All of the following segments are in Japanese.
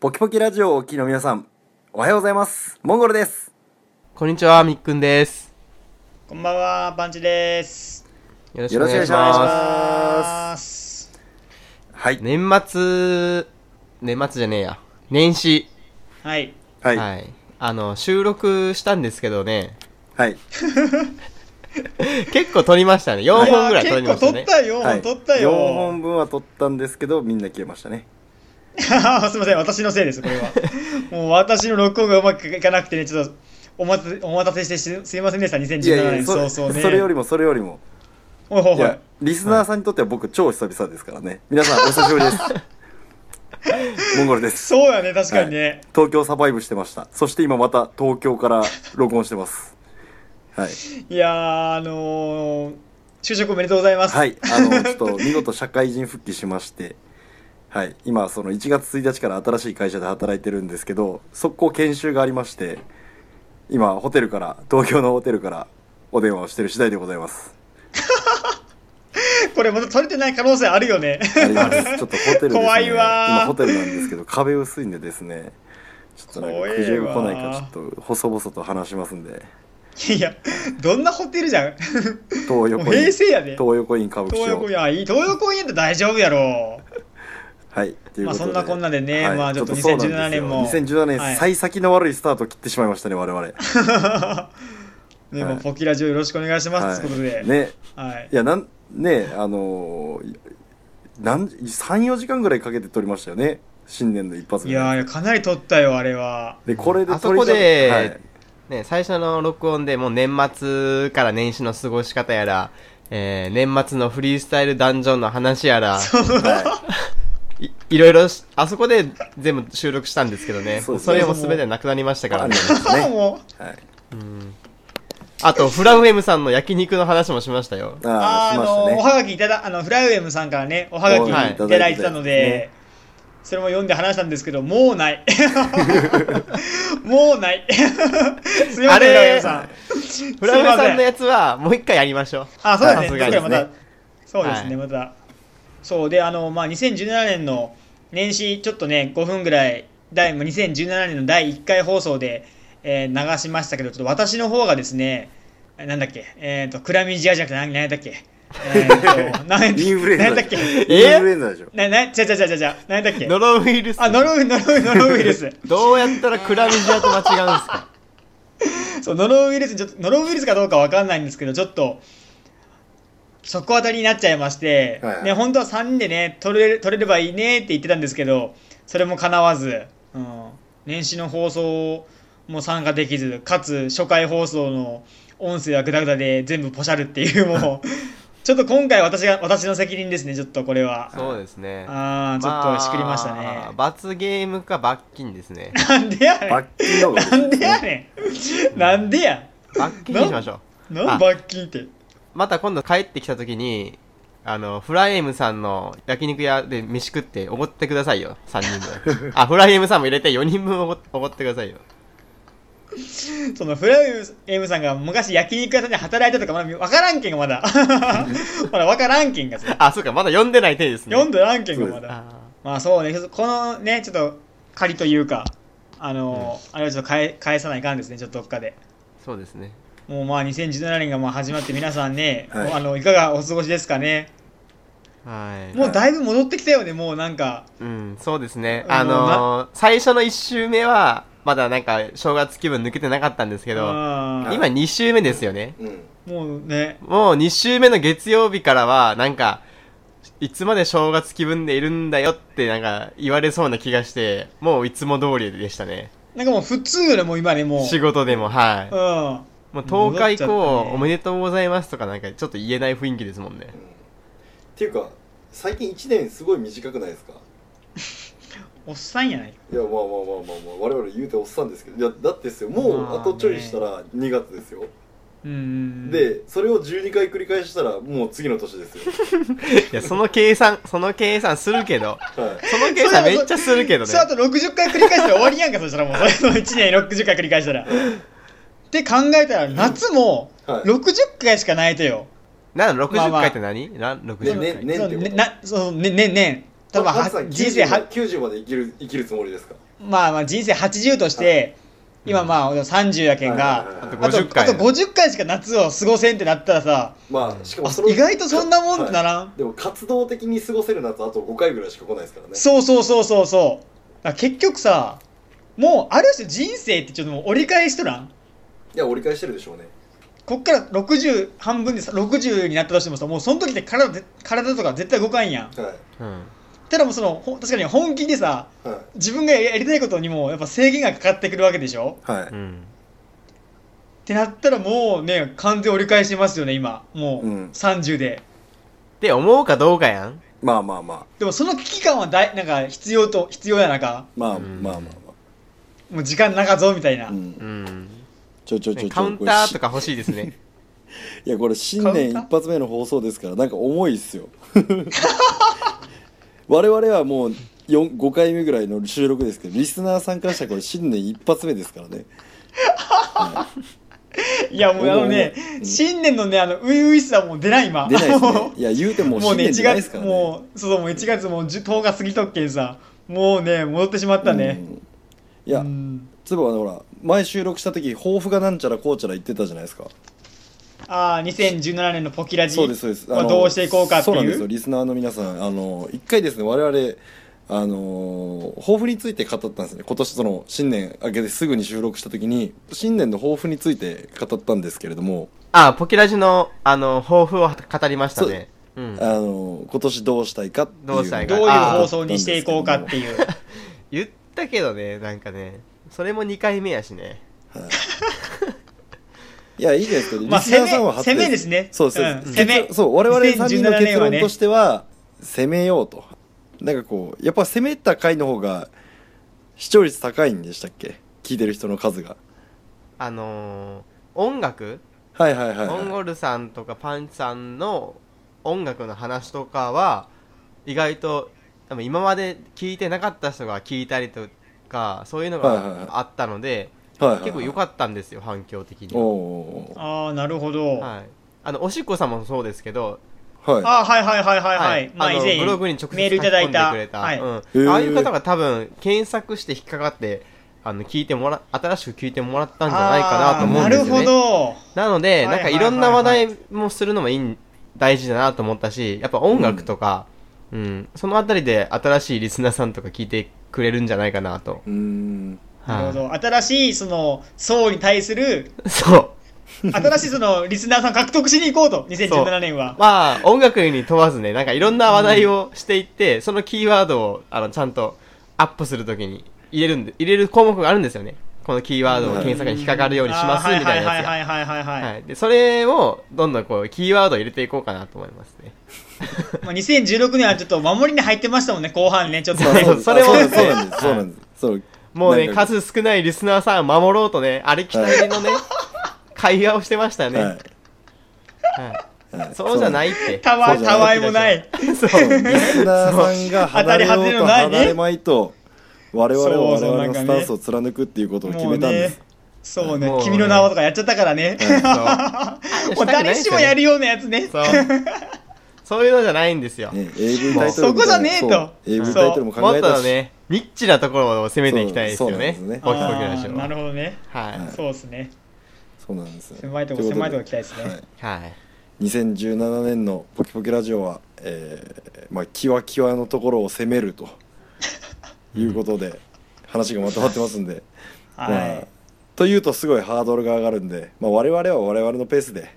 ポキポキラジオをお聞きの皆さん、おはようございます。モンゴルです。こんにちは、みっくんです。こんばんは、パンチです。よろしくお願いしよろしくお願いしま。ますす。はいす。年末、年末じゃねえや。年始。はい。は。はいい。はい。あの、収録したんですけどね、結構撮りましたね。4本ぐらい撮りましたね結構。取ったよ、はい取ったよ。 4本分は撮ったんですけど、みんな消えましたね。 あーすみません、私のせいです、これは。もう私の録音がうまくいかなくてね、ちょっとお待たせお待たせしてしすみませんでした、2017年。そうそうね。それよりも、それよりも。おいほいいほいや、リスナーさんにとっては僕、超久々ですからね。皆さん、お久しぶりです。 モンゴルです。そうやね、確かにね。東京サバイブしてました。そして今また東京から録音してます。はい。い、やー、あのー、就職おめでとうございます。はい、あの、ちょっと見事社会人復帰しまして、はい、今、その1月1日から新しい会社で働いてるんですけど、速攻研修がありまして、今、ホテルから、東京のホテルからお電話をしてる次第でございます。 これまた取れてない可能性あるよね。 あります。ちょっとホテルですね。怖いわー今、ホテルなんですけど、壁薄いんでですね、ちょっとなん怖かえわー苦情が来ないか、ちょっと細々と話しますんで、いや、どんなホテルじゃん。東もう横イン、平東成やで。横イン歌舞伎東横町。いやいい東横インやったら大丈夫やろはい、ということでまあそんなこんなでねまあちょっとそうなんですよ2017年も2017は年、い幸先の悪いスタートを切ってしまいましたね、我 々。ね、はいもうポキラジオよろしくお願いします、ということで、い、ねはいい、やなんねあのーなん34時間ぐらいかけて撮りましたよね新年の一発い目やーかなり撮ったよあれはでこれであそ撮りこで、はいね、最初の録音でもう年末から年始の過ごし方やら、えー、年末のフリースタイルダンジョンの話やら、いいろいろし、あそこで全部収録したんですけどね、そうそですれも全てなくなりましたからね。はいねもうはいあと、フラウエムさんの焼肉の話もしましたよ。あーあーしあまのしおたねはがきいただあのフライウェムさんからねおはがきおいはいただいてたのいただいてで、それも読んで話したんですけどもうないもうない すみあませんフライウェれムさんフラウエムさんのねやつは、もう一回やりましょう。あそうださねす次がに回またねそうですね、またそうであのまあ2017年の年始ちょっとね5分ぐらい第まあ2017年の第1回放送で、えー流しましたけどちょっと私の方がですねえーなんだっけえっ、とクラミジアじゃなくて何何やったっけえ ーと 何やインフルエン何やザったでっしょけえインフルエンザでしょななちゃちゃちゃちゃちゃ何やったっけノロウイルス。あノロウイノロウイノロウイルスどうやったらクラミジアと間違うんです かそうノロウイルスちょっとノロウイルスかどうかわかんないんですけどちょっと底当たりになっちゃいまして、はいはいね本当は3人でね取れ取れればいいねって言ってたんですけどそれも叶わず、うん、年始の放送も参加できずかつ初回放送の音声はグダグダで全部ポシャるっていうもうちょっと今回私が私の責任ですねちょっとこれはそうですね。ああちょっとしくりましたね、あー罰ゲームか罰金ですね。なんでやね罰ん金の方がいいなんでやねんなんでや罰金にしま しょう。なんあ罰金ってまた今度帰ってきた時に、あの、フライエムさんの焼肉屋で飯食っておごってくださいよ。3人 分。あ、フライエムさんも入れて4人分おごおごってくださいよ。そのフラウエムさんが昔焼肉屋さんで働いてたとかまだ分からんけんがま だまだ分からんけんがさあ、そうか、まだ読んでない手ですね。読んでらんけんがまだあまあそうねこのねちょっと借りというかあの、あれはちょっと返返さないかんですねちょっとどっかでーそうですね。もうまあ2017年がまあ始まって皆さんね、はいあのいかがお過ごしですかねはい。もうだいぶ戻ってきたよねもうなんかうん、そうですね。ああののー最初の1週目は、まだなんか正月気分抜けてなかったんですけど、あー今2週目ですよね。うんもうねもう2週目の月曜日からは、なんか、いつまで正月気分でいるんだよってなんか言われそうな気がして、もういつも通りでしたね。なんかもう普通よねもう今ねもう仕事でも、はい。うんもう10日以戻降、っちゃったねおめでとうございますとかなんかちょっと言えない雰囲気ですもんね。っていうか最近1年すごい短くないですかおっさんやないいやまあまあまあまあ、まあ、我々言うておっさんですけどいやだってですよまあねら2月ですようんうんうんでそれを12回繰り返したらもう次の年 ですよいや、その計算、その計算するけはど、いその計算めっちゃするけどねそう。あと60回繰り返したら終わりやんかそしたらもうそれの1年60回繰り返したらって考えたら夏もはい60回しかないとよ、な、60まあまあ回って何な、60ね回。年そってうことねなそうねねね例えば松はさん人生は90 90まで生きる生きるつもりですかまあまあ人生80として、今まあ30やけんはいはいが、はいあとあと50回あと50回しか夏を過ごせんってなったらさ、まあしかもその意外とそんなもんってなはいらん、でも活動的に過ごせる夏あと5回ぐらいしか来ないですからねそうそうそうそうそう。だから結局さ、もうある種人生ってちょっともう折り返しとらんいや折り返してるでしょうねこっから60半分でさ60になったとしてもさもうその時って体で体とか絶対動かんやんはうん。ただもうそのほ確かに本気でさいはい自分がやりたいことにもやっぱ制限がかかってくるわけでしょはいうん。ってなったらもうね完全折り返してますよね今もううん30で、って思うかどうかやん。まあまあまあでもその危機感はだいなんか必要と必要やなんかまあうんまあまあまもう時間なかぞみたいな、あうんうん。ちょちょちょちょカウンターとか欲しいですね。いやこれ新年一発目の放送ですからなんか重いっすよ 我々はもう4 5回目ぐらいの収録ですけどリスナーさんからしたらこれ新年一発目ですからね いやもうあのねうん新年のねあの初々しさはもう出ない今出ないです ねもういや言うてももう新ね年じ1ゃないですか月らねもうそうそうもう1月もう10 10日過ぎとっけんさもうね戻ってしまったね、うんいやうんつばはほら前収録した時抱負がなんちゃらこうちゃら言ってたじゃないですかああ2017年のポキラジそうですそうですまあ、どうしていこうかってそうなんいですようリスナーの皆さんあの一回ですね我々あの抱負について語ったんですね今年その新年明けてすぐに収録した時に新年の抱負について語ったんですけれども、 あ、ポキラジの、あの、抱負を語りましたね。うん。あの今年どうしたいかっていうどうしたいどかういう放送にしていこうかっていういう言ったけどね、なんかね、それも2回目やしね。いやいいですけどまあリスナーさんは攻め攻めですねそうそううん結攻めそう我々3人の2017結年は論ねとしては攻めようとなんかこうやっぱ攻めた回の方が視聴率高いんでしたっけ聞いてる人の数があのー、音楽、はいはいはい、モンはゴルさんとかパンチさんの音楽の話とかは、意外と、多分今まで聞いてなかった人が聞いたりとか、そういうのはいはいはいがあったので、いはいはい、結構良かったんですよ、反響的におは。おーああなるほど、はい。あの、おしっこさんもそうですけど、はいああはいはいはいはいはい、まああ以の前ブログに直接メールいただい書き込たんでくれた、はいうん、へーああいう方が多分検索して引っかかってあの聞いてもら新しく聞いてもらったんじゃないかなと思うんですよねあーなるほどなので、なんかいろんなは話いはいはい題もするのもいいん大事だなと思ったし、やっぱ音楽とか、うん、そのあたりで新しいリスナーさんとか聞いてくれるんじゃないかなと。うー んなるほはど新しいその層に対するい そう。新しいそのリスナーさん獲得しに行こうと2017年はまあ、音楽に問わずね、なんかいろんな話題をしていって、そのキーワードを、あの、ちゃんとアップするときに入れるんで、入れる項目があるんですよね。このキーワードを検索に引っかかるようにします、あーみたいなやつはが。いはいはいはいはいはい、はい。で、それを、どんどんこう、キーワードを入れていこうかなと思いますね。まあ、2016年はちょっと守りに入ってましたもんね後半ねちょっとそうねそれもあそうなんですそうなんですそうもうね、なんか数少ないリスナーさんを守ろうとね、ありきたりのね、会話をしてましたね。ははいいはいそうじゃないって。たわそうじゃないたわいもないそう。そうなんですリスナーさんが離れようと離れまいと我々は我々のスタンスを貫くっていうことを決もうめたんでねすそうねもうね君の名はとかやっちゃったからね、 そうもう誰しもやるようなやつねそう。そういうのじゃないんですよ。ね AV タイトルみたいなそこじゃねえとそう AV タイトルもも考っえたとし、ね、ニッチなところを攻めていきたいですよね。そうそうなんですねボキボキラジあオーはなるほどねはい。そうですねそうなんですよ狭いとことう狭いとこで行きたいですねはいはい。 2017年の「ポキポキラジオは」えーまあ、キワキワのところを攻めるということで話がまとまってますんで、まあは、というとすごいハードルが上がるんで、まあ、我々は我々のペースで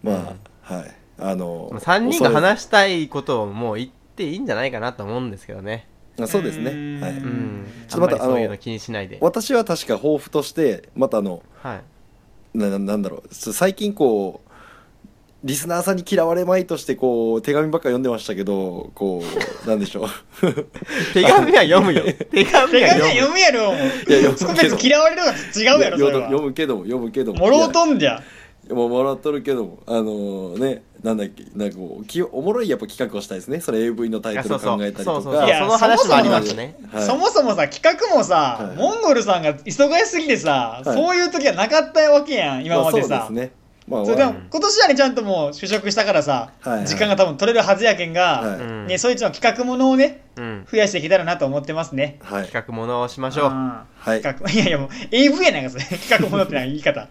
まあ、はいあの3人が話したいことをもう言っていいんじゃないかなと思うんですけどね。あそうですうねんはいうん。ちあょんっとまたまりそういあうのの気にしないで。私は確か抱負としてまたあのはい。なななんだろうちょっと最近こうリスナーさんに嫌われまいとしてこう手紙ばっか読んでましたけどこうなんでしょう手紙は読 むよ。手紙はあ手紙は読読む。むやろいやそ読こむけ別どに嫌われるのが違うやろそれ読はむけども読むけどももろうとんじゃいやもうもらっとるけどもあのねなんだっけなんかこうきおもろいやっぱ企画をしたいですねそれ AV のタイトルあそう考そうえたりとかそうそういやその話もありましたねはいそもそもさ企画もさ、はいモンゴルさんが忙しすぎてさ、はいそういう時はなかったわけやん今までさ、あそうですねまあそうでもん今年はねちゃんともう就職したからさ、はいはい時間が多分取れるはずやけんが、はいうんね、そういつの企画ものをねうん増やしていけたらなと思ってますねはい企画ものをしましょうあーはい企画いやいやもう AV やないかそれ企画ものってなんか言い方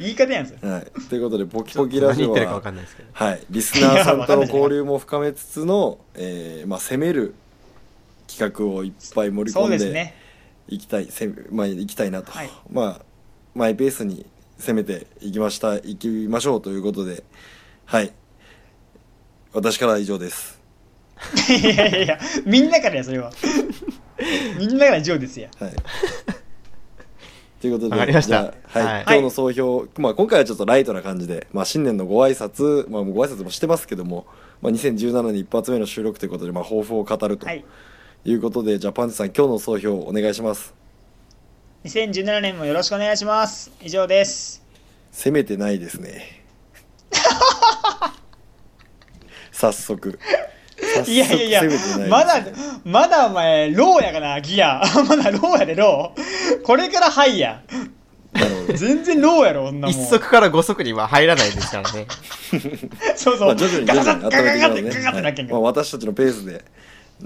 言い方やんそれはい、ということで、ボキボキラ何ジ言オってるかわはか、んないですけどはい、リスナーさんとの交流も深めつつの、えーまあ、攻める企画をいっぱい盛りそ込うんですでねいきたい、攻めまあ、いきたいなと、はいまあ、マイペースに攻めていきました、いきましょうということで、はい、私からは以上です。いやいやいやみんなからやそれはみんなから以上ですや はい。ということで、わかりましたじゃあはい、はい今日の総評、まあ、今回はちょっとライトな感じで、まあ、新年のご挨拶、まあ、ご挨拶もしてますけども、まあ、2017年一発目の収録ということで、まあ、抱負を語るとはいいうことで、じゃあ、パンチさん、今日の総評お願いします。 2017年もよろしくお願いします以上です攻めてないですね。早速。早速いやいやい攻めてや、まないだですね、まだお前、ローやかな、ギア。まだローやで、ロー。これからハイや。なるほど。全然ローやろ、女もん。一足から五足には入らないですからねそうそう。まあ、徐々に徐々に温ガガガガガってめていガきましてょうガっなっけんね。けまあ、ど。私たちのペースで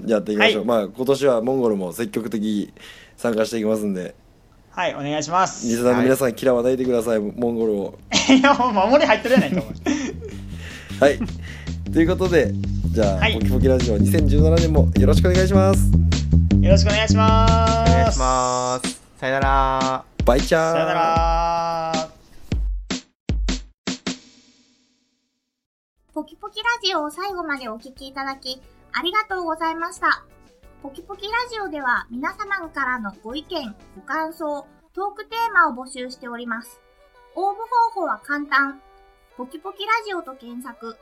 やっていきましょう。はいまあ、今年はモンゴルも積極的に参加していきますんで、はい、お願いします。リスいナーの皆さん、嫌わないでください、モンゴルを。や、もう守り入ってるやないか、おは前。い。ということで、じゃあ、はいポキポキラジオ2017年もよろしくお願いします。よろしくお願いします。お願いしますさよならバイチャー。さよなら。ポキポキラジオを最後までお聞きいただき、ありがとうございました。ポキポキラジオでは皆様からのご意見、ご感想、トークテーマを募集しております。応募方法は簡単。ポキポキラジオと検索。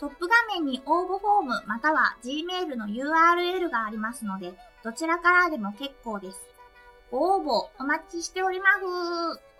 トップ画面に応募フォームまたは Gmail の URL がありますので、どちらからでも結構です。ご応募お待ちしております。